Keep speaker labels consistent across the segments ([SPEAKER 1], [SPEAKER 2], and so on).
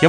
[SPEAKER 1] 节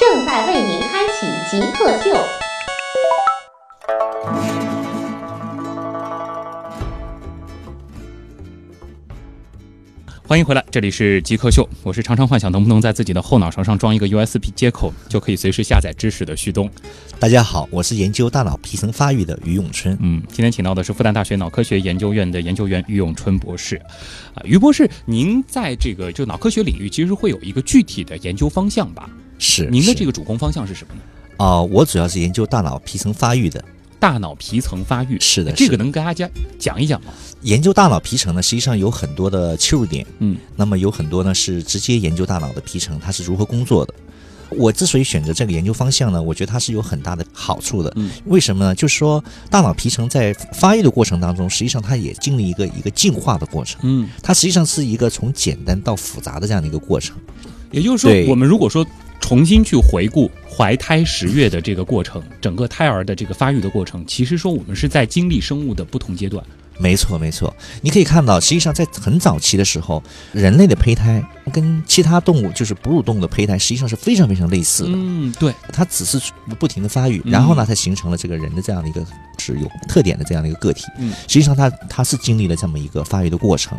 [SPEAKER 2] 正在为您开启极客秀。
[SPEAKER 1] 欢迎回来，这里是极客秀，我是常常幻想能不能在自己的后脑勺上装一个 USB 接口，就可以随时下载知识的旭东。
[SPEAKER 3] 大家好，我是研究大脑皮层发育的于永春。
[SPEAKER 1] 嗯，今天请到的是复旦大学脑科学研究院的研究员于永春博士。啊、于博士，您在这个就脑科学领域其实会有一个具体的研究方向吧？
[SPEAKER 3] 是
[SPEAKER 1] 您的
[SPEAKER 3] 是
[SPEAKER 1] 这个主攻方向是什么呢？
[SPEAKER 3] 啊、我主要是研究大脑皮层发育的。
[SPEAKER 1] 大脑皮层发育。
[SPEAKER 3] 是的
[SPEAKER 1] 这
[SPEAKER 3] 是
[SPEAKER 1] 个
[SPEAKER 3] 的
[SPEAKER 1] 能跟大家讲一讲吗？
[SPEAKER 3] 研究大脑皮层呢，实际上有很多的切入点。
[SPEAKER 1] 嗯，
[SPEAKER 3] 那么有很多呢是直接研究大脑的皮层它是如何工作的。我之所以选择这个研究方向呢，我觉得它是有很大的好处的。
[SPEAKER 1] 嗯
[SPEAKER 3] 为什么呢？就是说，大脑皮层在发育的过程当中，实际上它也经历一个一个进化的过程。
[SPEAKER 1] 嗯，
[SPEAKER 3] 它实际上是一个从简单到复杂的这样的一个过程。
[SPEAKER 1] 也就是说，
[SPEAKER 3] 对
[SPEAKER 1] 我们如果说重新去回顾怀胎十月的这个过程，整个胎儿的这个发育的过程，其实说我们是在经历生物的不同阶段。
[SPEAKER 3] 没错，没错。你可以看到，实际上在很早期的时候，人类的胚胎跟其他动物，就是哺乳动物的胚胎，实际上是非常非常类似的。
[SPEAKER 1] 嗯，对，
[SPEAKER 3] 它只是不停的发育，
[SPEAKER 1] 嗯
[SPEAKER 3] 然后呢，才形成了这个人的这样的一个是有特点的这样的一个个体。
[SPEAKER 1] 嗯
[SPEAKER 3] 实际上它它是经历了这么一个发育的过程。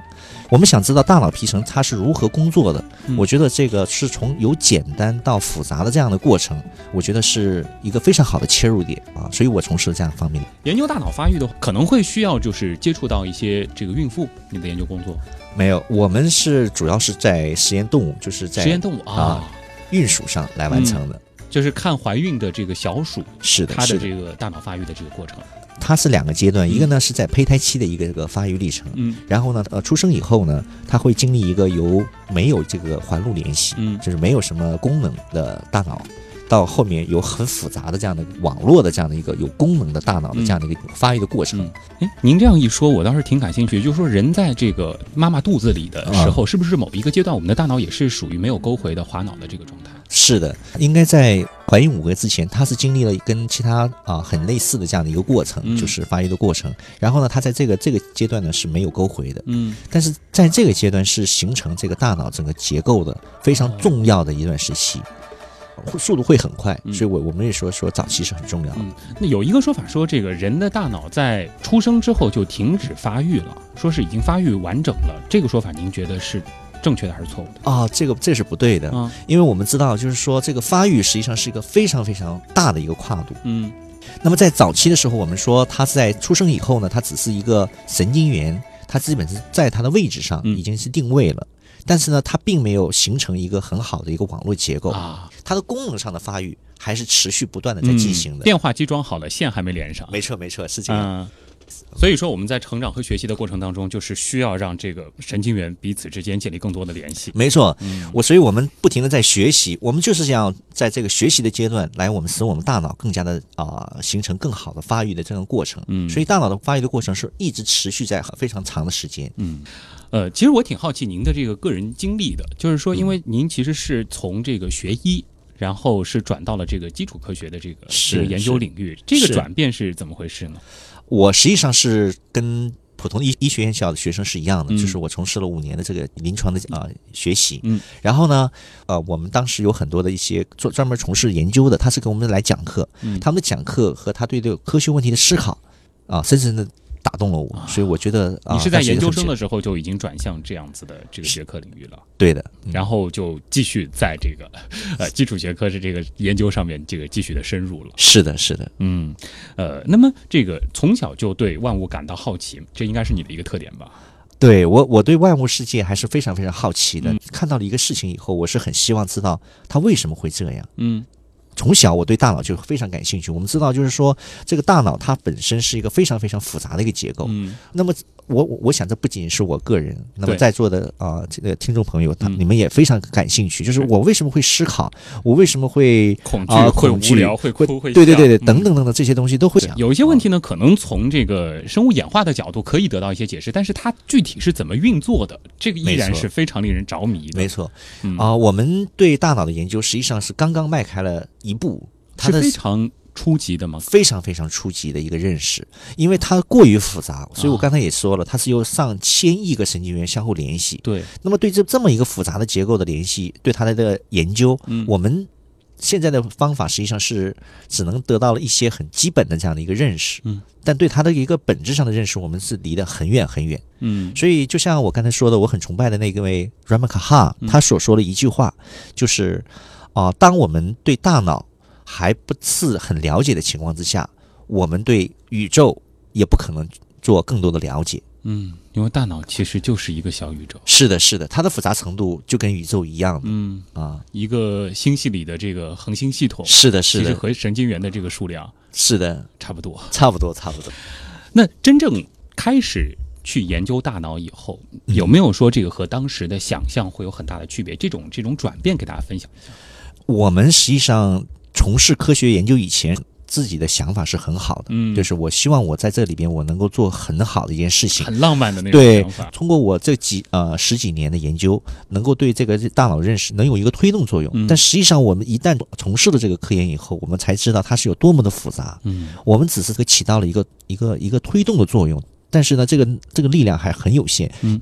[SPEAKER 3] 我们想知道大脑皮层它是如何工作的，
[SPEAKER 1] 嗯
[SPEAKER 3] 我觉得这个是从由简单到复杂的这样的过程，我觉得是一个非常好的切入点啊。所以我从事了这样方面的。
[SPEAKER 1] 研究大脑发育的话，可能会需要就是接触到一些这个孕妇，你的研究工作，
[SPEAKER 3] 没有，我们是主要是在实验动物，就是
[SPEAKER 1] 实验
[SPEAKER 3] 在
[SPEAKER 1] 动物啊
[SPEAKER 3] 啊，运输上来完成的。
[SPEAKER 1] 就是看怀孕的这个小鼠，
[SPEAKER 3] 是的，
[SPEAKER 1] 它
[SPEAKER 3] 是
[SPEAKER 1] 的
[SPEAKER 3] 的，
[SPEAKER 1] 这个大脑发育的这个过程。
[SPEAKER 3] 它是两个阶段，
[SPEAKER 1] 嗯
[SPEAKER 3] 一个呢是在胚胎期的一个这个发育历程，
[SPEAKER 1] 嗯
[SPEAKER 3] 然后呢，呃，出生以后呢，它会经历一个由没有这个环路联系，
[SPEAKER 1] 嗯
[SPEAKER 3] 就是没有什么功能的大脑，到后面有很复杂的这样的网络的这样的一个有功能的大脑的
[SPEAKER 1] 嗯
[SPEAKER 3] 这样的一个发育的过程。
[SPEAKER 1] 嗯，哎，您这样一说，我倒是挺感兴趣。就是说，人在这个妈妈肚子里的时
[SPEAKER 3] 啊
[SPEAKER 1] 候，是不是某一个阶段，我们的大脑也是属于没有沟回的滑脑的这个状态？
[SPEAKER 3] 是的，应该在怀孕五个月之前，她是经历了跟其他啊、很类似的这样的一个过程，
[SPEAKER 1] 嗯
[SPEAKER 3] 就是发育的过程。然后呢，她在这个这个阶段呢是没有沟回的，
[SPEAKER 1] 嗯，
[SPEAKER 3] 但是在这个阶段是形成这个大脑整个结构的非常重要的一段时期，会速度会很快，
[SPEAKER 1] 嗯
[SPEAKER 3] 所以我我们也说说早期是很重要的。
[SPEAKER 1] 嗯那有一个说法说，这个人的大脑在出生之后就停止发育了，说是已经发育完整了。这个说法您觉得是正确的还是错误的？
[SPEAKER 3] 啊、这个这是不对的，
[SPEAKER 1] 啊，
[SPEAKER 3] 因为我们知道，就是说这个发育实际上是一个非常非常大的一个跨度。
[SPEAKER 1] 嗯
[SPEAKER 3] 那么在早期的时候，我们说它是在出生以后呢，它只是一个神经元，它基本是在它的位置上
[SPEAKER 1] 嗯
[SPEAKER 3] 已经是定位了。但是呢，它并没有形成一个很好的一个网络结构，
[SPEAKER 1] 啊，
[SPEAKER 3] 它的功能上的发育哦还是持续不断的在进行
[SPEAKER 1] 嗯
[SPEAKER 3] 的。
[SPEAKER 1] 电话机装好了，线还没连上。
[SPEAKER 3] 没错，没错，是这样。
[SPEAKER 1] 嗯，所以说我们在成长和学习的过程当中，就是需要让这个神经元彼此之间建立更多的联系。
[SPEAKER 3] 没错，
[SPEAKER 1] 嗯
[SPEAKER 3] 我所以我们不停的在学习，我们就是这样在这个学习的阶段来，我们使我们大脑更加的啊、形成更好的发育的这种过程。
[SPEAKER 1] 嗯
[SPEAKER 3] 所以大脑的发育的过程是一直持续在非常长的时间。
[SPEAKER 1] 嗯，呃，其实我挺好奇您的这个个人经历的，就是说，因为您其实是从这个学医，然后是转到了这个基础科学的这个
[SPEAKER 3] 是
[SPEAKER 1] 这个研究
[SPEAKER 3] 是
[SPEAKER 1] 领域，这个
[SPEAKER 3] 是
[SPEAKER 1] 转变是怎么回事呢？
[SPEAKER 3] 我实际上是跟普通医医学院校的学生是一样的，
[SPEAKER 1] 嗯
[SPEAKER 3] 就是我从事了五年的这个临床的啊、呃学习，
[SPEAKER 1] 嗯，
[SPEAKER 3] 然后呢，呃，我们当时有很多的一些专专门从事研究的，他是给我们来讲课，
[SPEAKER 1] 嗯
[SPEAKER 3] 他们的讲课和他对这个科学问题的思考啊，深深的打动了我，所以我觉得啊，
[SPEAKER 1] 你是在
[SPEAKER 3] 他学
[SPEAKER 1] 研
[SPEAKER 3] 得
[SPEAKER 1] 究
[SPEAKER 3] 很
[SPEAKER 1] 生
[SPEAKER 3] 全
[SPEAKER 1] 的时候就已经转向这样子的这个学科领域了，
[SPEAKER 3] 对的，嗯
[SPEAKER 1] 然后就继续在这个呃基础学科是这个研究上面这个继续的深入了。
[SPEAKER 3] 是的，是的，
[SPEAKER 1] 嗯，呃，那么这个从小就对万物感到好奇，这应该是你的一个特点吧？
[SPEAKER 3] 对我我对万物世界还是非常非常好奇
[SPEAKER 1] 嗯
[SPEAKER 3] 的，看到了一个事情以后，我是很希望知道它为什么会这样。
[SPEAKER 1] 嗯
[SPEAKER 3] 从小我对大脑就非常哦感兴趣。我们知道，就是说这个大脑它本身是一个非常非常复杂的一个结构。
[SPEAKER 1] 嗯
[SPEAKER 3] 那么我我我想这不仅是我个人，那么
[SPEAKER 1] 对
[SPEAKER 3] 在座的啊、这个听众朋友，他
[SPEAKER 1] 嗯
[SPEAKER 3] 你们也非常感兴趣，就是我为什么会思考，我为什么会
[SPEAKER 1] 恐惧
[SPEAKER 3] 啊
[SPEAKER 1] 会
[SPEAKER 3] 恐惧
[SPEAKER 1] 无聊，会
[SPEAKER 3] 会
[SPEAKER 1] 哭，会
[SPEAKER 3] 对对对对
[SPEAKER 1] 笑嗯
[SPEAKER 3] 等等等等这些东西都会
[SPEAKER 1] 对
[SPEAKER 3] 想。
[SPEAKER 1] 有一些问
[SPEAKER 3] 啊
[SPEAKER 1] 题呢，可能从这个生物演化的角度可以得到一些解释，但是它具体是怎么运作的，这个依
[SPEAKER 3] 没
[SPEAKER 1] 然
[SPEAKER 3] 错
[SPEAKER 1] 是非常令人着迷的。
[SPEAKER 3] 没错，
[SPEAKER 1] 嗯
[SPEAKER 3] 啊、我们对大脑的研究实际上是刚刚迈开了一步，它
[SPEAKER 1] 是
[SPEAKER 3] 的
[SPEAKER 1] 非常初级的吗？
[SPEAKER 3] 非常非常初级的一个认识，因为它过于复
[SPEAKER 1] 啊
[SPEAKER 3] 杂，所以我刚才也说了，它是由上千亿个神经元相互联系。
[SPEAKER 1] 对，
[SPEAKER 3] 那么对这这么一个复杂的结构的联系，对它的这个研究，
[SPEAKER 1] 嗯
[SPEAKER 3] 我们现在的方法实际上是只能得到了一些很基本的这样的一个认识，
[SPEAKER 1] 嗯，
[SPEAKER 3] 但对它的一个本质上的认识，我们是离得很远很远。
[SPEAKER 1] 嗯
[SPEAKER 3] 所以，就像我刚才说的，我很崇拜的那个位 Ramakaha，
[SPEAKER 1] 嗯
[SPEAKER 3] 他所说的一句话，就是啊、当我们对大脑还不是很了解的情况之下，我们对宇宙也不可能做更多的了解。
[SPEAKER 1] 嗯，因为大脑其实就是一个小宇宙。
[SPEAKER 3] 是的，是的，它的复杂程度就跟宇宙一样的
[SPEAKER 1] 嗯，
[SPEAKER 3] 啊。
[SPEAKER 1] 一个星系里的这个恒星系统，
[SPEAKER 3] 是的，是
[SPEAKER 1] 其实
[SPEAKER 3] 的，
[SPEAKER 1] 和神经元的这个数量
[SPEAKER 3] 是的，
[SPEAKER 1] 差不多。
[SPEAKER 3] 差不多，差不多。
[SPEAKER 1] 那真正开始去研究大脑以后，有没有说这个和当时的想象会有很大的区别？这种这种转变给大家分享一下。
[SPEAKER 3] 我们实际上从事科学研究以前，自己的想法是很好的，
[SPEAKER 1] 嗯
[SPEAKER 3] 就是我希望我在这里边我能够做很好的一件事情。
[SPEAKER 1] 很浪漫的那种
[SPEAKER 3] 对
[SPEAKER 1] 想法，。
[SPEAKER 3] 通过我这几呃十几年的研究，能够对这个大脑认识能有一个推动作用。
[SPEAKER 1] 嗯
[SPEAKER 3] 但实际上，我们一旦从事了这个科研以后，我们才知道它是有多么的复杂。
[SPEAKER 1] 嗯，
[SPEAKER 3] 我们只是个起到了一个一个一个推动的作用，但是呢，这个这个力量还很有限。
[SPEAKER 1] 嗯，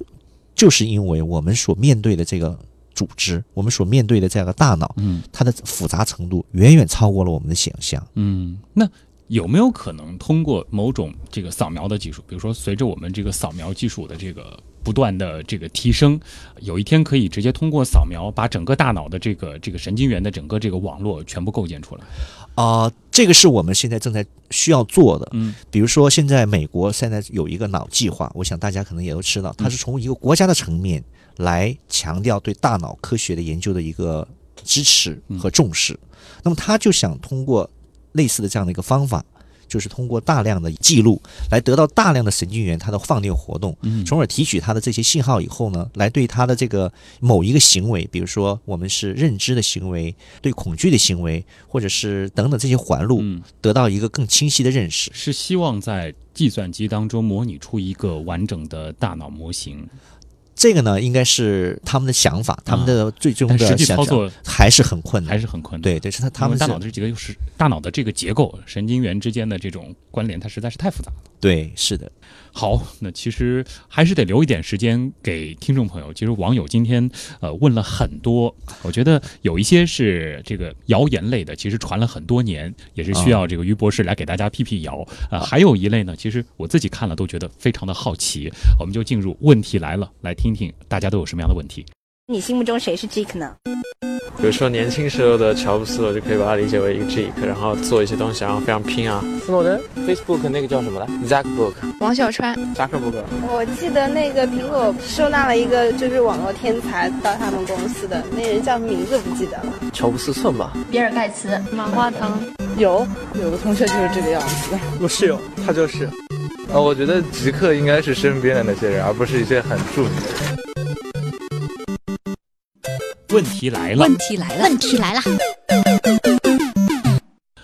[SPEAKER 3] 就是因为我们所面对的这个组织，我们所面对的这样的大脑，
[SPEAKER 1] 嗯，
[SPEAKER 3] 它的复杂程度远远超过了我们的想象。
[SPEAKER 1] 嗯，那有没有可能通过某种这个扫描的技术，比如说随着我们这个扫描技术的这个不断的这个提升，有一天可以直接通过扫描把整个大脑的这个这个神经元的整个这个网络全部构建出来？
[SPEAKER 3] 啊、这个是我们现在正在需要做的。
[SPEAKER 1] 嗯，
[SPEAKER 3] 比如说现在美国现在有一个脑计划，我想大家可能也都知道，它是从一个国家的层面来强调对大脑科学的研究的一个支持和重视。那么他就想通过类似的这样的一个方法。就是通过大量的记录来得到大量的神经元它的放电活动，
[SPEAKER 1] 嗯
[SPEAKER 3] 从而提取它的这些信号以后呢，来对它的这个某一个行为，比如说我们是认知的行为、对恐惧的行为，或者是等等这些环路，
[SPEAKER 1] 嗯，
[SPEAKER 3] 得到一个更清晰的认识。
[SPEAKER 1] 是希望在计算机当中模拟出一个完整的大脑模型，
[SPEAKER 3] 这个呢，应该是他们的想法，他们的最终
[SPEAKER 1] 啊但
[SPEAKER 3] 的
[SPEAKER 1] 实际
[SPEAKER 3] 想
[SPEAKER 1] 操
[SPEAKER 3] 象
[SPEAKER 1] 作
[SPEAKER 3] 还是很困难。
[SPEAKER 1] 还是很困难。
[SPEAKER 3] 嗯对，对，是他他
[SPEAKER 1] 因
[SPEAKER 3] 们
[SPEAKER 1] 为大
[SPEAKER 3] 是
[SPEAKER 1] 脑的这几个又是大脑的这个结构、神经元之间的这种关联，它实在是太复杂了。
[SPEAKER 3] 对，是的，
[SPEAKER 1] 好，那其实还是得留一点时间给听众朋友。其实网友今天呃问了很多，我觉得有一些是这个谣言类的，其实传了很多年，也是需要这个于博士来给大家辟辟谣。啊、还有一类呢，其实我自己看了都觉得非常的好奇。我们就进入问题来了，来听听大家都有什么样的问题。
[SPEAKER 4] 你心目中谁是 Jake 呢？
[SPEAKER 5] 比如说年轻时候的乔布斯，我就可以把它理解为一个 geek，然后做一些东西，然后非常拼啊。
[SPEAKER 6] 斯诺登，Facebook 那个叫什么来？Zackbook，
[SPEAKER 7] 王小川，
[SPEAKER 6] 扎克伯格。
[SPEAKER 8] 我记得那个苹果收纳了一个就是网络天才到他们公司的那人叫什么名字不记得了。
[SPEAKER 6] 乔布斯算吧。
[SPEAKER 7] 比尔盖茨，马化腾，
[SPEAKER 8] 有有个同学就是这个样子。
[SPEAKER 9] 我室友，他就是。
[SPEAKER 10] 呃，我觉得极客应该是身边的那些人，而不是一些很著名的人。
[SPEAKER 1] 问题来了，
[SPEAKER 4] 问题来了，
[SPEAKER 7] 问题来了。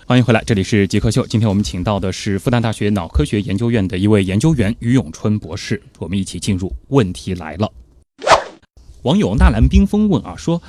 [SPEAKER 1] 欢迎回来，这里是极客秀。今天我们请到的是复旦大学脑科学研究院的一位研究员于永春博士，我们一起进入问题来了。网友纳兰冰封问啊，说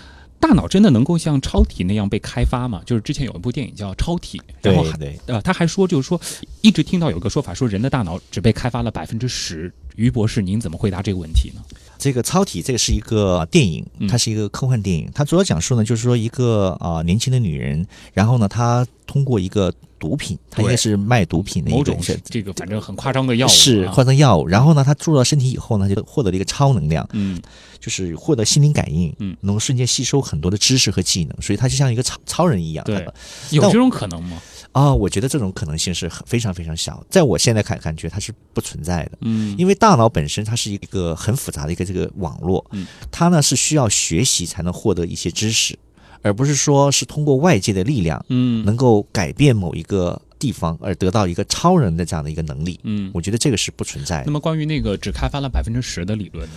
[SPEAKER 1] 大脑真的能够像超体那样被开发吗？就是之前有一部电影叫《超体》，然后还
[SPEAKER 3] 对，
[SPEAKER 1] 呃，他还说就是说，一直听到有个说法说人的大脑只被开发了百分之十。于博士，您怎么回答这个问题呢？
[SPEAKER 3] 这个《超体》这个是一个电影
[SPEAKER 1] 嗯，
[SPEAKER 3] 它是一个科幻电影，它主要讲述呢，就是说一个啊、呃年轻的女人，然后呢，她通过一个毒品，她应该
[SPEAKER 1] 对
[SPEAKER 3] 是卖毒品的一
[SPEAKER 1] 某
[SPEAKER 3] 个
[SPEAKER 1] 种
[SPEAKER 3] 人
[SPEAKER 1] 是这个反正很夸张的药物
[SPEAKER 3] 是
[SPEAKER 1] 啊
[SPEAKER 3] 换成药物，然后呢，她注入到身体以后呢，就获得了一个超能量，
[SPEAKER 1] 嗯
[SPEAKER 3] 就是获得心灵感应，
[SPEAKER 1] 嗯
[SPEAKER 3] 能瞬间吸收很多的知识和技能，所以她就像一个超超人一样。
[SPEAKER 1] 对
[SPEAKER 3] 她
[SPEAKER 1] 有
[SPEAKER 3] 那我
[SPEAKER 1] 这种可能吗？
[SPEAKER 3] 啊、我觉得这种可能性是很非常非常小，在我现在看感觉它是不存在的，
[SPEAKER 1] 嗯
[SPEAKER 3] 因为大脑本身它是一个很复杂的一个这个网络，
[SPEAKER 1] 嗯
[SPEAKER 3] 它呢是需要学习才能获得一些知识，而不是说是通过外界的力量
[SPEAKER 1] 嗯
[SPEAKER 3] 能够改变某一个地方而得到一个超人的这样的一个能力。
[SPEAKER 1] 嗯。
[SPEAKER 3] 我觉得这个是不存在的
[SPEAKER 1] 那。么关于那个只开发了百分之十的理论呢，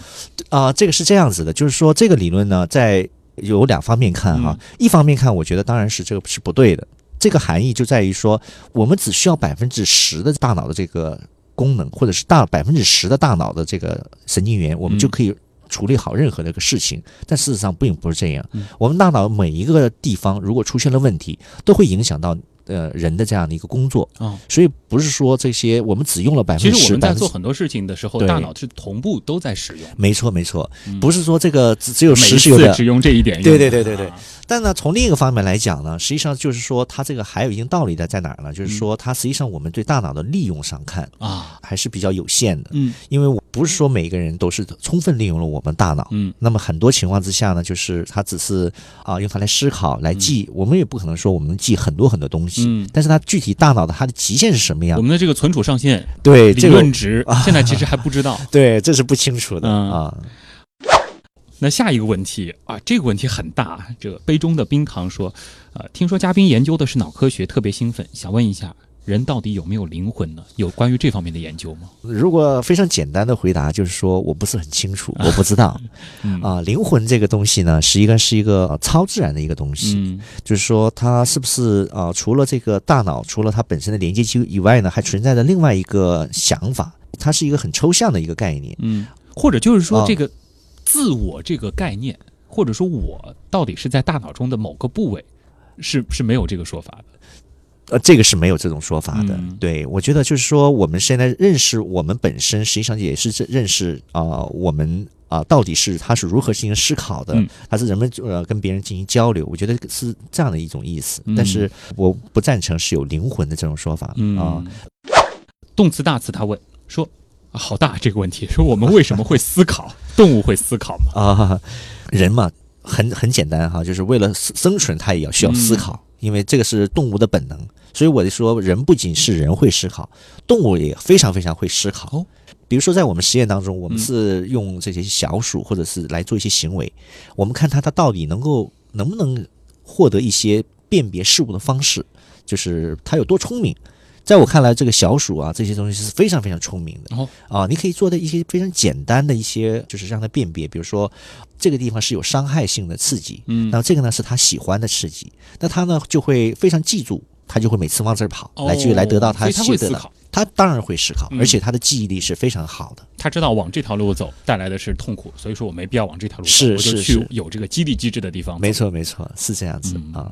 [SPEAKER 3] 啊、这个是这样子的，就是说这个理论呢，在有两方面看哈、
[SPEAKER 1] 嗯
[SPEAKER 3] 一方面看，我觉得当然是这个是不对的。这个含义就在于说，我们只需要百分之十的大脑的这个功能，或者是大百分之十的大脑的这个神经元，我们就
[SPEAKER 1] 嗯
[SPEAKER 3] 可以处理好任何的一个事情。但事实上并不是这样
[SPEAKER 1] 嗯，
[SPEAKER 3] 我们大脑每一个地方如果出现了问题，都会影响到。呃，人的这样的一个工作，
[SPEAKER 1] 哦
[SPEAKER 3] 所以不是说这些我们只用了百分
[SPEAKER 1] 其
[SPEAKER 3] 之
[SPEAKER 1] 实我
[SPEAKER 3] 十，
[SPEAKER 1] 们
[SPEAKER 3] 百
[SPEAKER 1] 在
[SPEAKER 3] 分之
[SPEAKER 1] 做很多事情的时候，
[SPEAKER 3] 对
[SPEAKER 1] 大脑是同步都在使用，
[SPEAKER 3] 没错没错，
[SPEAKER 1] 嗯
[SPEAKER 3] 不是说这个只只有
[SPEAKER 1] 每
[SPEAKER 3] 十
[SPEAKER 1] 一
[SPEAKER 3] 是有
[SPEAKER 1] 次
[SPEAKER 3] 的，
[SPEAKER 1] 只用这一点用。
[SPEAKER 3] 对对对对对
[SPEAKER 1] 啊，
[SPEAKER 3] 但呢，从另一个方面来讲呢，实际上就是说，它这个还有一定道理的在哪儿呢？
[SPEAKER 1] 嗯
[SPEAKER 3] 就是说，它实际上我们对大脑的利用上看
[SPEAKER 1] 啊，
[SPEAKER 3] 还是比较有限的，
[SPEAKER 1] 嗯
[SPEAKER 3] 因为我不是说每个人都是充分利用了我们大脑。
[SPEAKER 1] 嗯
[SPEAKER 3] 那么很多情况之下呢，就是他只是啊、用它来思考、来记，我们也不可能说我们能记很多很多东西，
[SPEAKER 1] 嗯，
[SPEAKER 3] 但是它具体大脑的它的极限是什么样
[SPEAKER 1] 我？们的这个存储上限
[SPEAKER 3] 对
[SPEAKER 1] 理
[SPEAKER 3] 这个啊
[SPEAKER 1] 论值现在其实还不知道。
[SPEAKER 3] 对这是不清楚的
[SPEAKER 1] 嗯
[SPEAKER 3] 啊。
[SPEAKER 1] 那下一个问题啊，这个问题很大。啊这个杯中的冰糖说，呃，听说嘉宾研究的是脑科学，特别兴奋，想问一下，人到底有没有灵魂呢？有关于这方面的研究吗？
[SPEAKER 3] 如果非常简单的回答就是说我不是很清 楚，我不知道。
[SPEAKER 1] 嗯
[SPEAKER 3] 啊、灵魂这个东西呢，实际上是一个、呃超自然的一个东西，
[SPEAKER 1] 嗯
[SPEAKER 3] 就是说它是不是啊、呃除了这个大脑，除了它本身的连接机以外呢，还存在着另外一个想法，它是一个很抽象的一个概念。
[SPEAKER 1] 嗯，或者就是说
[SPEAKER 3] 啊
[SPEAKER 1] 这个自我这个概念，或者说我到底是在大脑中的某个部位，是是没有这个说法的。
[SPEAKER 3] 呃，这个是没有这种说法的。
[SPEAKER 1] 嗯
[SPEAKER 3] 对我觉得就是说，我们现在认识我们本身，实际上也是这认识啊、呃我们。啊，到底是它是如何进行思考的
[SPEAKER 1] 嗯？
[SPEAKER 3] 它是人们呃跟别人进行交流？我觉得是这样的一种意思，但
[SPEAKER 1] 嗯
[SPEAKER 3] 是我不赞成是有灵魂的这种说法啊、
[SPEAKER 1] 嗯，动词大词他问说、啊好大这个问题，说我们为什么会思考？动物会思考吗？
[SPEAKER 3] 啊，人嘛，很很简单哈，就是为了生生存，他也要需要思
[SPEAKER 1] 嗯
[SPEAKER 3] 考，因为这个是动物的本能。所以我就说，人不仅是人会思考，动物也非常非常会思考。
[SPEAKER 1] 哦
[SPEAKER 3] 比如说，在我们实验当中，我们
[SPEAKER 1] 嗯
[SPEAKER 3] 是用这些小鼠或者是来做一些行为，我们看它它到底能够能不能获得一些辨别事物的方式，就是它有多聪明。在我看来，这个小鼠啊，这些东西是非常非常聪明的。
[SPEAKER 1] 哦
[SPEAKER 3] 啊，你可以做的一些非常简单的一些，就是让它辨别，比如说这个地方是有伤害性的刺激，
[SPEAKER 1] 嗯
[SPEAKER 3] 那么这个呢是它喜欢的刺激，那它呢就会非常记住，它就会每次往这儿跑， 来去来得到
[SPEAKER 1] 哦所
[SPEAKER 3] 它
[SPEAKER 1] 以它
[SPEAKER 3] 需
[SPEAKER 1] 会
[SPEAKER 3] 要得
[SPEAKER 1] 思
[SPEAKER 3] 到
[SPEAKER 1] 考。，
[SPEAKER 3] 它当然会思考，
[SPEAKER 1] 嗯
[SPEAKER 3] 而且它的记忆力是非常好的。
[SPEAKER 1] 他知道往这条路走带来的是痛苦，所以说我没必要往这条路走，
[SPEAKER 3] 是
[SPEAKER 1] 我就是去
[SPEAKER 3] 是
[SPEAKER 1] 有这个激励机制的地方。
[SPEAKER 3] 没，错，没错，是这样子、
[SPEAKER 1] 嗯
[SPEAKER 3] 啊。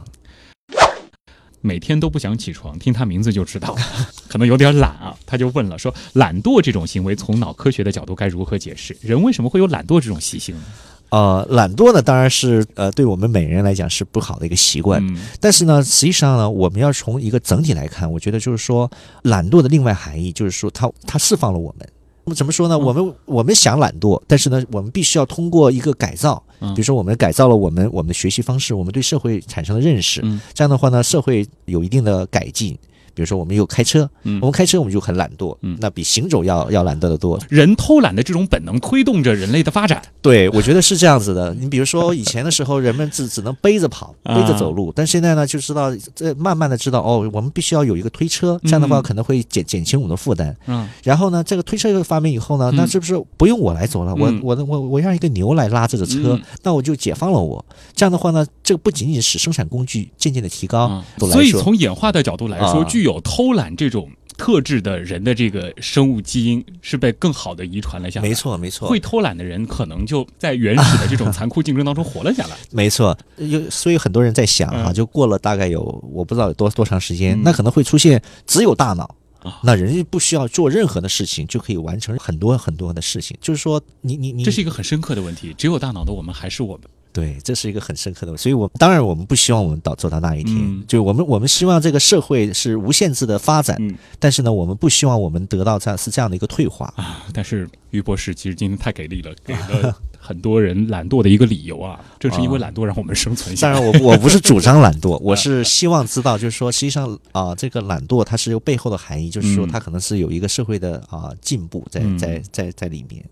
[SPEAKER 1] 每天都不想起床，听他名字就知道， 可能有点懒啊。他就问了说，懒惰这种行为从脑科学的角度该如何解释？人为什么会有懒惰这种习性呢？
[SPEAKER 3] 呃，懒惰呢，当然是呃，对我们每人来讲是不好的一个习惯。
[SPEAKER 1] 嗯
[SPEAKER 3] 但是呢，实际上呢，我们要从一个整体来看，我觉得就是说，懒惰的另外含义就是说它，它释放了我们。那么怎么说呢？我们我们想懒惰，但是呢，我们必须要通过一个改造，
[SPEAKER 1] 嗯
[SPEAKER 3] 比如说我们改造了我们我们的学习方式，我们对社会产生了认识
[SPEAKER 1] 嗯，
[SPEAKER 3] 这样的话呢，社会有一定的改进。比如说，我们有开车，
[SPEAKER 1] 嗯
[SPEAKER 3] 我们开车我们就很懒惰
[SPEAKER 1] 嗯，
[SPEAKER 3] 那比行走要要懒惰得多。
[SPEAKER 1] 人偷懒的这种本能推动着人类的发展。
[SPEAKER 3] 对，我觉得是这样子的。你比如说，以前的时候，人们只只能背着跑，
[SPEAKER 1] 啊
[SPEAKER 3] 背着走路，但现在呢，就知道这慢慢的知道哦，我们必须要有一个推车，这样的话
[SPEAKER 1] 嗯
[SPEAKER 3] 可能会减减轻我们的负担。
[SPEAKER 1] 嗯
[SPEAKER 3] 然后呢，这个推车发明以后呢，
[SPEAKER 1] 嗯
[SPEAKER 3] 那是不是不用我来走了？我
[SPEAKER 1] 嗯
[SPEAKER 3] 我我我让一个牛来拉这个车
[SPEAKER 1] 嗯，
[SPEAKER 3] 那我就解放了我。这样的话呢，这个不仅仅使生产工具渐渐的提高
[SPEAKER 1] 啊，，
[SPEAKER 3] 都来
[SPEAKER 1] 所以
[SPEAKER 3] 说
[SPEAKER 1] 从演化的角度来说，
[SPEAKER 3] 啊
[SPEAKER 1] 具有偷懒这种特质的人的这个生物基因是被更好的遗传了下来。
[SPEAKER 3] 没。错没错，
[SPEAKER 1] 会偷懒的人，可能就在原始的这种残酷竞争当中活 了下来。
[SPEAKER 3] 没错，有所以很多人在想啊，
[SPEAKER 1] 嗯
[SPEAKER 3] 就过了大概有我不知道有多多长时间，
[SPEAKER 1] 嗯
[SPEAKER 3] 那可能会出现只有大脑
[SPEAKER 1] 啊。
[SPEAKER 3] 那人家不需要做任何的事情就可以完成很多很多的事情，就是说你你你
[SPEAKER 1] 这是一个很深刻的问题。只有大脑的我们还是我们。
[SPEAKER 3] 对，这是一个很深刻的，所以我当然我们不希望我们到走到那一天，
[SPEAKER 1] 嗯
[SPEAKER 3] 就我们我们希望这个社会是无限制的发展，
[SPEAKER 1] 嗯
[SPEAKER 3] 但是呢，我们不希望我们得到这样是这样的一个退化。
[SPEAKER 1] 啊，但是于博士其实今天太给力了，给了很多人懒惰的一个理由 啊。正是因为懒惰，让我们生存下
[SPEAKER 3] 当
[SPEAKER 1] 来。
[SPEAKER 3] 然我，我不是主张懒 惰，我是希望知道，就是说，实际上啊、这个懒惰它是有背后的含义，就是说
[SPEAKER 1] 嗯
[SPEAKER 3] 它可能是有一个社会的啊、进步在
[SPEAKER 1] 嗯
[SPEAKER 3] 在在在里面。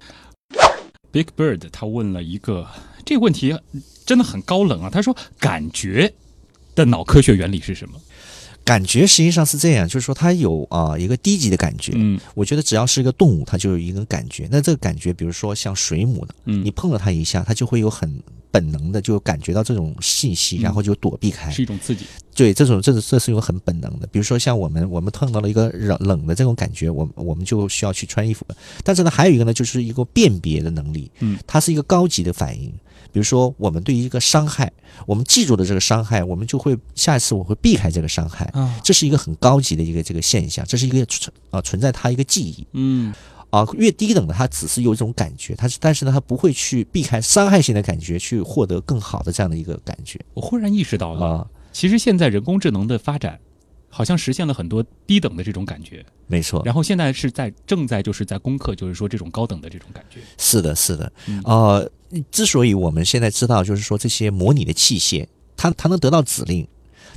[SPEAKER 1] Big Bird 他问了一个这个问题，真的很高冷啊。他说：“感觉的脑科学原理是什么？
[SPEAKER 3] 感觉实际上是这样，就是说它有啊、一个低级的感觉。
[SPEAKER 1] 嗯
[SPEAKER 3] 我觉得只要是一个动物，它就有一个感觉。那这个感觉，比如说像水母的，
[SPEAKER 1] 嗯
[SPEAKER 3] 你碰了它一下，它就会有很本能的就感觉到这种信息，
[SPEAKER 1] 嗯
[SPEAKER 3] 然后就躲避开。
[SPEAKER 1] 是一种刺激，
[SPEAKER 3] 对，这种这种这是有很本能的。比如说像我们，我们碰到了一个冷冷的这种感觉，我们我们就需要去穿衣服。但是呢，还有一个呢，就是一个辨别的能力，
[SPEAKER 1] 嗯，
[SPEAKER 3] 它是一个高级的反应。比如说，我们对于一个伤害，我们记住了这个伤害，我们就会下一次我会避开这个伤害。
[SPEAKER 1] 啊，
[SPEAKER 3] 这是一个很高级的一个这个现象，这是一个存啊、存在它一个记忆
[SPEAKER 1] 嗯
[SPEAKER 3] 啊、越低等的它只是有一种感觉，它是但是呢，它不会去避开伤害性的感觉，去获得更好的这样的一个感觉
[SPEAKER 1] 我忽然意识到
[SPEAKER 3] 啊、
[SPEAKER 1] 了，其实现在人工智能的发展，好像实现了很多低等的这种感觉，
[SPEAKER 3] 没错，
[SPEAKER 1] 然后现在是在正在就是在攻克，就是说这种高等的这种感觉，
[SPEAKER 3] 是的，是的
[SPEAKER 1] 嗯，
[SPEAKER 3] 呃，之所以我们现在知道，就是说这些模拟的器械，它它能得到指令，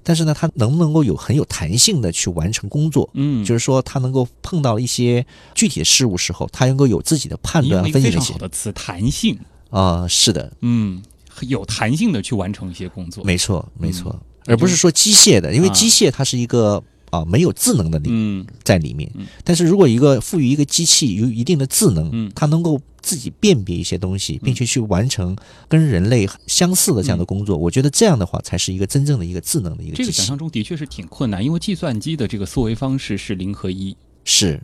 [SPEAKER 3] 但是呢，它能不能够有很有弹性的去完成工作？
[SPEAKER 1] 嗯，
[SPEAKER 3] 就是说，它能够碰到一些具体的事物时候，它能够有自己的判
[SPEAKER 1] 你
[SPEAKER 3] 断
[SPEAKER 1] 用
[SPEAKER 3] 和
[SPEAKER 1] 了
[SPEAKER 3] 分
[SPEAKER 1] 一个
[SPEAKER 3] 析
[SPEAKER 1] 非
[SPEAKER 3] 能
[SPEAKER 1] 常
[SPEAKER 3] 力
[SPEAKER 1] 好。的词，弹性，
[SPEAKER 3] 啊、是的，
[SPEAKER 1] 嗯，很有弹性的去完成一些工作，
[SPEAKER 3] 没错，没错，
[SPEAKER 1] 嗯
[SPEAKER 3] 而不是说机械的，因为
[SPEAKER 1] 啊
[SPEAKER 3] 机械它是一个啊、没有智能的里
[SPEAKER 1] 嗯
[SPEAKER 3] 在里面
[SPEAKER 1] 嗯。
[SPEAKER 3] 但是如果一个赋予一个机器有一定的智能
[SPEAKER 1] 嗯，
[SPEAKER 3] 它能够自己辨别一些东西，并且去完成跟人类相似的这样的工作，我觉得这样的话才是一个真正的一个智能的一个
[SPEAKER 1] 嗯这
[SPEAKER 3] 机
[SPEAKER 1] 个想
[SPEAKER 3] 器
[SPEAKER 1] 象。中的确是挺困难，因为计算机的这个思维方式是零和一，
[SPEAKER 3] 是，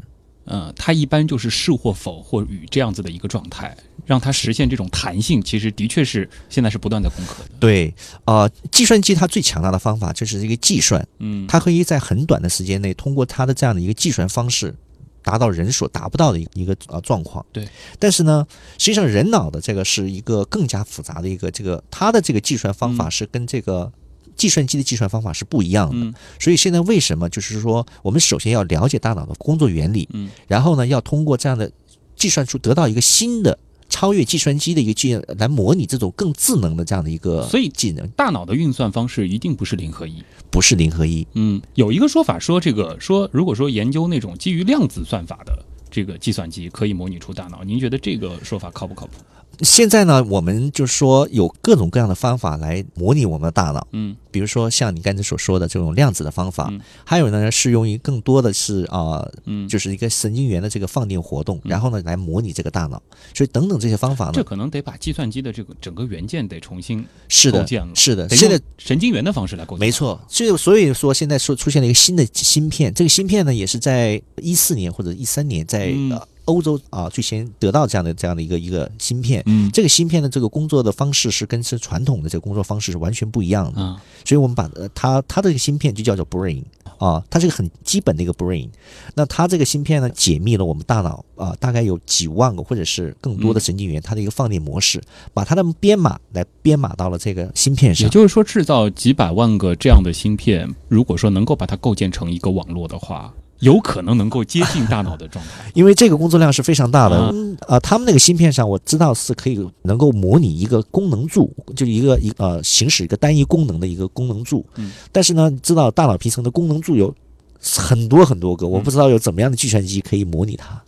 [SPEAKER 1] 呃，它一般就是是或否或与这样子的一个状态，让它实现这种弹性，其实的确是现在是不断在攻克的。
[SPEAKER 3] 对，啊，计算机它最强大的方法就是这个计算，
[SPEAKER 1] 嗯，
[SPEAKER 3] 它可以在很短的时间内，通过它的这样的一个计算方式，达到人所达不到的一个一个呃状况。
[SPEAKER 1] 对，
[SPEAKER 3] 但是呢，实际上人脑的这个是一个更加复杂的一个这个，它的这个计算方法
[SPEAKER 1] 嗯
[SPEAKER 3] 是跟这个计算机的计算方法是不一样的。
[SPEAKER 1] 嗯
[SPEAKER 3] 所以现在为什么就是说，我们首先要了解大脑的工作原理，
[SPEAKER 1] 嗯，
[SPEAKER 3] 然后呢，要通过这样的计算出得到一个新的。超越计算机的一个技能来模拟这种更智能的这样的一个
[SPEAKER 1] 所以
[SPEAKER 3] 技能，
[SPEAKER 1] 大脑的运算方式一定不是零和一。
[SPEAKER 3] 不是零和一，
[SPEAKER 1] 嗯，有一个说法说，这个说如果说研究那种基于量子算法的这个计算机，可以模拟出大脑。您觉得这个说法靠不靠谱？
[SPEAKER 3] 现在呢，我们就说有各种各样的方法来模拟我们的大脑，
[SPEAKER 1] 嗯
[SPEAKER 3] 比如说像你刚才所说的这种量子的方法，
[SPEAKER 1] 嗯
[SPEAKER 3] 还有呢是用于更多的是啊、呃
[SPEAKER 1] 嗯，
[SPEAKER 3] 就是一个神经元的这个放电活动，
[SPEAKER 1] 嗯
[SPEAKER 3] 然后呢来模拟这个大脑，所以等等这些方法
[SPEAKER 1] 这
[SPEAKER 3] 呢，
[SPEAKER 1] 可能得把计算机的这个整个元件得重新
[SPEAKER 3] 是
[SPEAKER 1] 构
[SPEAKER 3] 的
[SPEAKER 1] 建了，
[SPEAKER 3] 是的，
[SPEAKER 1] 得
[SPEAKER 3] 现在
[SPEAKER 1] 用神经元的方式来构建。
[SPEAKER 3] 呃没，错，所以所以说现在说出现了一个新的芯片，这个芯片呢也是在一四年或者一三年在、
[SPEAKER 1] 嗯
[SPEAKER 3] 呃欧洲啊、最先得到这样的这样的一个一个芯片，
[SPEAKER 1] 嗯
[SPEAKER 3] 这个芯片的这个工作的方式是跟是传统的这个工作方式是完全不一样的，
[SPEAKER 1] 啊，
[SPEAKER 3] 所以我们把呃它它这个芯片就叫做 brain 啊，它是个很基本的一个 brain。那它这个芯片呢，解密了我们大脑啊，大概有几万个或者是更多的神经元，它的一个放电模式，把它的编码来编码到了这个芯片
[SPEAKER 1] 也
[SPEAKER 3] 上。
[SPEAKER 1] 就是说，制造几百万个这样的芯片，如果说能够把它构建成一个网络的话，有可能能够接近大脑的状态。
[SPEAKER 3] 因为这个工作量是非常大的，
[SPEAKER 1] 啊
[SPEAKER 3] 嗯呃，他们那个芯片上我知道是可以能够模拟一个功能柱，就是一个一呃行使一个单一功能的一个功能柱。
[SPEAKER 1] 嗯
[SPEAKER 3] 但是呢，你知道大脑皮层的功能柱有很多很多个，我不知道有怎么样的计算机可以模拟它。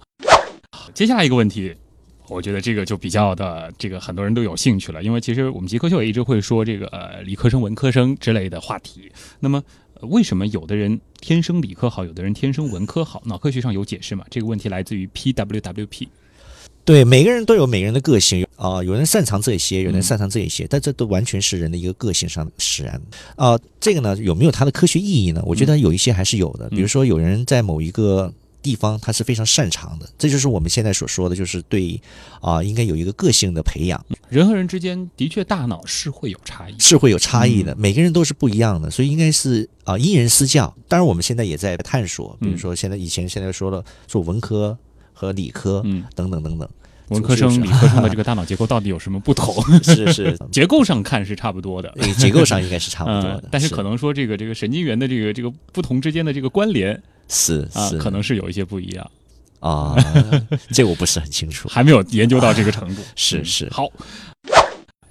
[SPEAKER 1] 接下来一个问题， 我觉得这个就比较的，这个很多人都有兴趣了，因为其实我们极客秀也一直会说这个呃理科生、文科生之类的话题。那么、呃为什么有的人天生理科好，有的人天生文科好？脑科学上有解释吗？这个问题来自于 PWWP。
[SPEAKER 3] 对，每个人都有每个人的个性啊、有人擅长这些，有人
[SPEAKER 1] 嗯
[SPEAKER 3] 擅长这一些，但这都完全是人的一个个性上使然啊、这个呢，有没有它的科学意义呢？我觉
[SPEAKER 1] 嗯
[SPEAKER 3] 得有一些还是有的，比如说有人在某一个。地方他是非常擅长的，这就是我们现在所说的，就是对啊、应该有一个个性的培养，
[SPEAKER 1] 人和人之间的确大脑是会有差异。
[SPEAKER 3] 是会有差异
[SPEAKER 1] 嗯
[SPEAKER 3] 的，每个人都是不一样的，所以应该是啊、因人施教。当然，我们现在也在探索，
[SPEAKER 1] 嗯
[SPEAKER 3] 比如说现在以前现在说了做文科和理科、
[SPEAKER 1] 嗯，
[SPEAKER 3] 等等等等，
[SPEAKER 1] 文科
[SPEAKER 3] 是
[SPEAKER 1] 生、
[SPEAKER 3] 是
[SPEAKER 1] 理科生的这个大脑结构到底有什么不同？
[SPEAKER 3] 是是，
[SPEAKER 1] 结构上看是差不多的，
[SPEAKER 3] 呃结构上应该是差不多的，
[SPEAKER 1] 嗯，但是可能说这个这个神经元的这个这个不同之间的这个关联
[SPEAKER 3] 是
[SPEAKER 1] 啊
[SPEAKER 3] 是，
[SPEAKER 1] 可能是有一些不一样，
[SPEAKER 3] 啊， 这个我不是很清楚。
[SPEAKER 1] 还没有研究到这个程度。
[SPEAKER 3] 啊是
[SPEAKER 1] 嗯
[SPEAKER 3] 是
[SPEAKER 1] 好，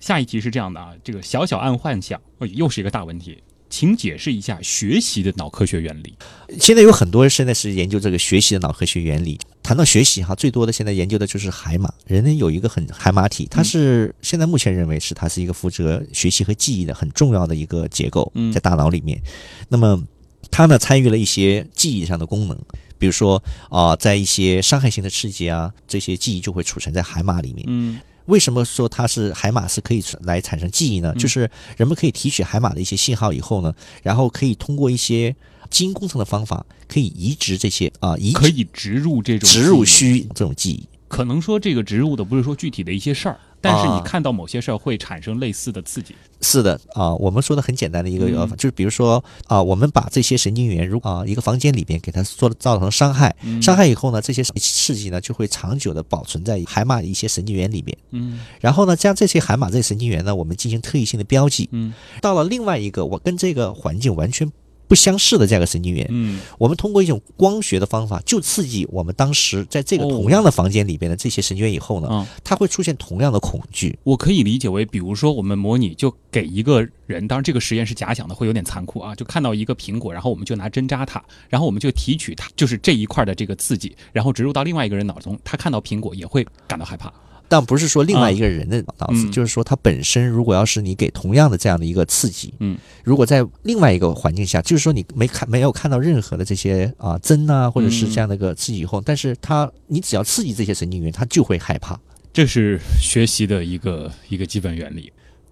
[SPEAKER 1] 下一题是这样的啊，这个小小暗幻想，哎又是一个大问题，请解释一下学习的脑科学原理。
[SPEAKER 3] 现在有很多人现在是研究这个学习的脑科学原理。谈到学习哈，最多的现在研究的就是海马。人类有一个很海马体，
[SPEAKER 1] 嗯
[SPEAKER 3] 它是现在目前认为是它是一个负责学习和记忆的很重要的一个结构
[SPEAKER 1] 嗯，
[SPEAKER 3] 在大脑里面。那么。他呢参与了一些记忆上的功能，比如说啊、在一些伤害性的刺激啊，这些记忆就会储存在海马里面。
[SPEAKER 1] 嗯
[SPEAKER 3] 为什么说它是海马是可以来产生记忆呢？就是人们可以提取海马的一些信号以后呢，然后可以通过一些基因工程的方法，可以移植这些啊、移植
[SPEAKER 1] 可以植入这种
[SPEAKER 3] 植入
[SPEAKER 1] 记忆
[SPEAKER 3] 虚这种记忆。
[SPEAKER 1] 可能说这个植入的不是说具体的一些事儿，但是你
[SPEAKER 3] 啊
[SPEAKER 1] 看到某些事儿会产生类似的刺激。
[SPEAKER 3] 是的啊、我们说的很简单的一
[SPEAKER 1] 嗯
[SPEAKER 3] 个疗法，就是比如说啊、我们把这些神经元如啊、一个房间里边给它做造成伤害，
[SPEAKER 1] 嗯
[SPEAKER 3] 伤害以后呢，这些刺激呢就会长久的保存在海马的一些神经元里边。
[SPEAKER 1] 嗯
[SPEAKER 3] 然后呢，将这些海马这些神经元呢，我们进行特异性的标记。
[SPEAKER 1] 嗯
[SPEAKER 3] 到了另外一个我跟这个环境完全不相似的这样一个神经元，
[SPEAKER 1] 嗯，
[SPEAKER 3] 我们通过一种光学的方法，就刺激我们当时在这个
[SPEAKER 1] 哦
[SPEAKER 3] 同样的房间里边的这些神经元以后呢，
[SPEAKER 1] 啊
[SPEAKER 3] 它会出现同样的恐惧。
[SPEAKER 1] 我可以理解为，比如说我们模拟就给一个人，当然这个实验是假想的，会有点残酷啊，就看到一个苹果，然后我们就拿针扎它，然后我们就提取它，就是这一块的这个刺激，然后植入到另外一个人脑中，他看到苹果也会感到害怕。
[SPEAKER 3] 但不是说另外一个人的脑子，
[SPEAKER 1] 嗯
[SPEAKER 3] 就是说它本身如果要是你给同样的这样的一个刺激，
[SPEAKER 1] 嗯，
[SPEAKER 3] 如果在另外一个环境下，就是说你没看没有看到任何的这些啊针啊或者是这样的一个刺激以后，但是它你只要刺激这些神经元，它就会害怕。
[SPEAKER 1] 这是学习的一个一个基本原理。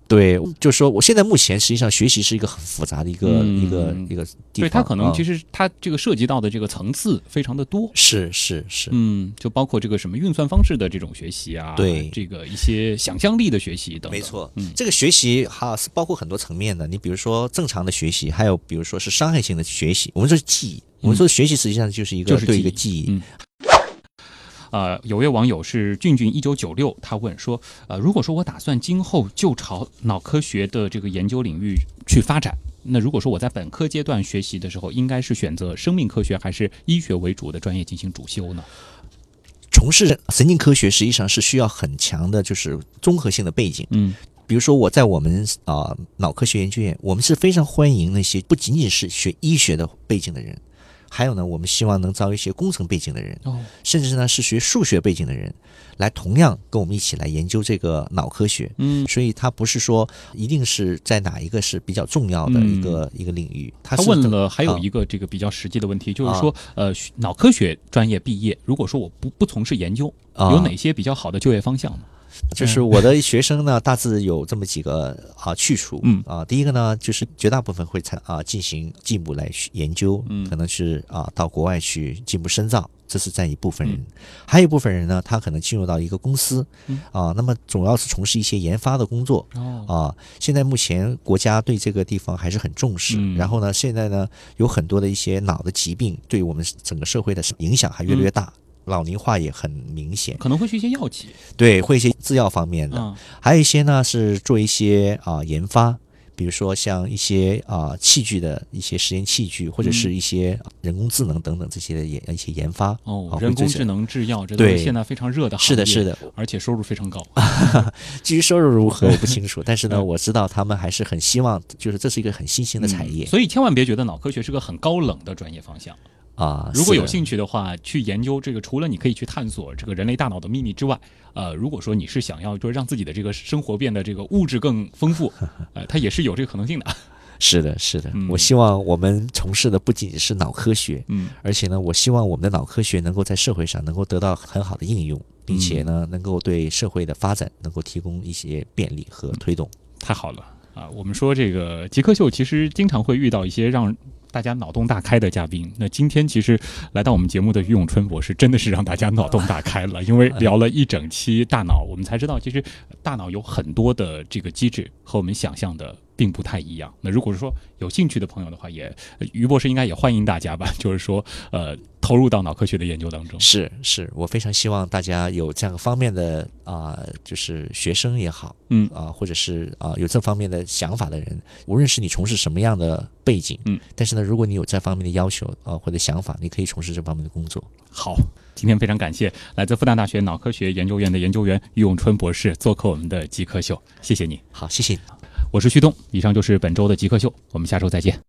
[SPEAKER 3] 对，就是说，我现在目前实际上学习是一个很复杂的一个、
[SPEAKER 1] 嗯
[SPEAKER 3] 一个一个地方。啊
[SPEAKER 1] 对，它可能其
[SPEAKER 3] 实、
[SPEAKER 1] 实它这个涉及到的这个层次非常的多。
[SPEAKER 3] 是是是，
[SPEAKER 1] 嗯，就包括这个什么运算方式的这种学习啊，
[SPEAKER 3] 对
[SPEAKER 1] 这个一些想象力的学习等等。
[SPEAKER 3] 没，错，
[SPEAKER 1] 嗯
[SPEAKER 3] 这个学习哈是包括很多层面的。你比如说正常的学习，还有比如说是伤害性的学习。我们说记忆，我们说学习实际上就是一个
[SPEAKER 1] 嗯就是
[SPEAKER 3] 对一
[SPEAKER 1] 记
[SPEAKER 3] 个
[SPEAKER 1] 忆
[SPEAKER 3] 记忆。
[SPEAKER 1] 嗯呃，有位网友是俊俊一九九六，他问说，呃，如果说我打算今后就朝脑科学的这个研究领域去发展，那如果说我在本科阶段学习的时候，应该是选择生命科学还是医学为主的专业进行主修呢？
[SPEAKER 3] 从事神经科学实际上是需要很强的，就是综合性的背景。
[SPEAKER 1] 嗯
[SPEAKER 3] 比如说我在我们啊、脑科学研究院，我们是非常欢迎那些不仅仅是学医学的背景的人，还有呢，我们希望能招一些工程背景的人，
[SPEAKER 1] 哦
[SPEAKER 3] 甚至呢是学数学背景的人，来同样跟我们一起来研究这个脑科学。
[SPEAKER 1] 嗯，
[SPEAKER 3] 所以它不是说一定是在哪一个是比较重要的
[SPEAKER 1] 嗯
[SPEAKER 3] 一个、一个领域，它
[SPEAKER 1] 他
[SPEAKER 3] 是
[SPEAKER 1] 问
[SPEAKER 3] 整
[SPEAKER 1] 了还有
[SPEAKER 3] 啊
[SPEAKER 1] 一个这个比较实际的问题，就是
[SPEAKER 3] 啊
[SPEAKER 1] 说，呃，脑科学专业毕业，如果说我不不从事研究，
[SPEAKER 3] 啊
[SPEAKER 1] 有哪些比较好的就业方向呢？
[SPEAKER 3] 就是我的学生呢，大致有这么几个啊去处，
[SPEAKER 1] 嗯
[SPEAKER 3] 啊，第一个呢，就是绝大部分会参啊进行进一步来学研究，
[SPEAKER 1] 嗯
[SPEAKER 3] 可能是啊到国外去进一步深造，这是占一部分人，
[SPEAKER 1] 嗯
[SPEAKER 3] 还有一部分人呢，他可能进入到一个公司，
[SPEAKER 1] 嗯
[SPEAKER 3] 啊，那么主要是从事一些研发的工作。
[SPEAKER 1] 哦，
[SPEAKER 3] 啊，现在目前国家对这个地方还是很重视，
[SPEAKER 1] 嗯
[SPEAKER 3] 然后呢，现在呢有很多的一些脑的疾病对我们整个社会的影响还越
[SPEAKER 1] 嗯
[SPEAKER 3] 来越大，老龄化也很明显，
[SPEAKER 1] 可能会去一些药企
[SPEAKER 3] 对，会一些制药方面的，
[SPEAKER 1] 啊，
[SPEAKER 3] 还有一些呢是做一些啊、研发，比如说像一些啊、器具的一些实验器具，或者
[SPEAKER 1] 嗯
[SPEAKER 3] 是一些人工智能等等这些的研一些研发。
[SPEAKER 1] 哦
[SPEAKER 3] 啊，
[SPEAKER 1] 人工
[SPEAKER 3] 会这
[SPEAKER 1] 智能制药，这都
[SPEAKER 3] 对
[SPEAKER 1] 是现在非常热的行
[SPEAKER 3] 是
[SPEAKER 1] 业，
[SPEAKER 3] 的，是，的。
[SPEAKER 1] 而且收入非常高。
[SPEAKER 3] 至于收入如何，我不清楚。但是呢，
[SPEAKER 1] 嗯
[SPEAKER 3] 我知道他们还是很希望，就是这是一个很新兴的产业
[SPEAKER 1] 嗯所以千万别觉得脑科学是个很高冷的专业方向。
[SPEAKER 3] 啊。
[SPEAKER 1] 如果有
[SPEAKER 3] 幸，
[SPEAKER 1] 兴趣的话，去研究这个，除了你可以去探索这个人类大脑的秘密之外，呃，如果说你是想要就是让自己的这个生活变得这个物质更丰 富，呃，它也是有这个可能性的。
[SPEAKER 3] 是的，是的。
[SPEAKER 1] 嗯
[SPEAKER 3] 我希望我们从事的不仅仅是脑科学，
[SPEAKER 1] 嗯，
[SPEAKER 3] 而且呢，我希望我们的脑科学能够在社会上能够得到很好的应用，
[SPEAKER 1] 嗯
[SPEAKER 3] 并且呢，能够对社会的发展能够提供一些便利和推动。
[SPEAKER 1] 太好了啊！我们说这个极客秀，其实经常会遇到一些让大家脑洞大开的嘉宾。那今天其实来到我们节目的于永春博士，真的是让大家脑洞大开了，因为聊了一整期大脑，我们才知道其实大脑有很多的这个机制和我们想象的。并不太一样。那如果是说有兴趣的朋友的话，也呃于博士应该也欢迎大家吧，就是说，呃，投入到脑科学的研究当中。
[SPEAKER 3] 是是，我非常希望大家有这样方面的啊、就是学生也好，
[SPEAKER 1] 嗯
[SPEAKER 3] 啊、或者是啊、有这方面的想法的人，无论是你从事什么样的背景，
[SPEAKER 1] 嗯，
[SPEAKER 3] 但是呢，如果你有这方面的要求啊、或者想法，你可以从事这方面的工作。
[SPEAKER 1] 好，今天非常感谢来自复旦大学脑科学研究院的研究员于永春博士做客我们的极客秀，谢谢你，
[SPEAKER 3] 好，谢谢你。
[SPEAKER 1] 我是旭东，以上就是本周的极客秀，我们下周再见。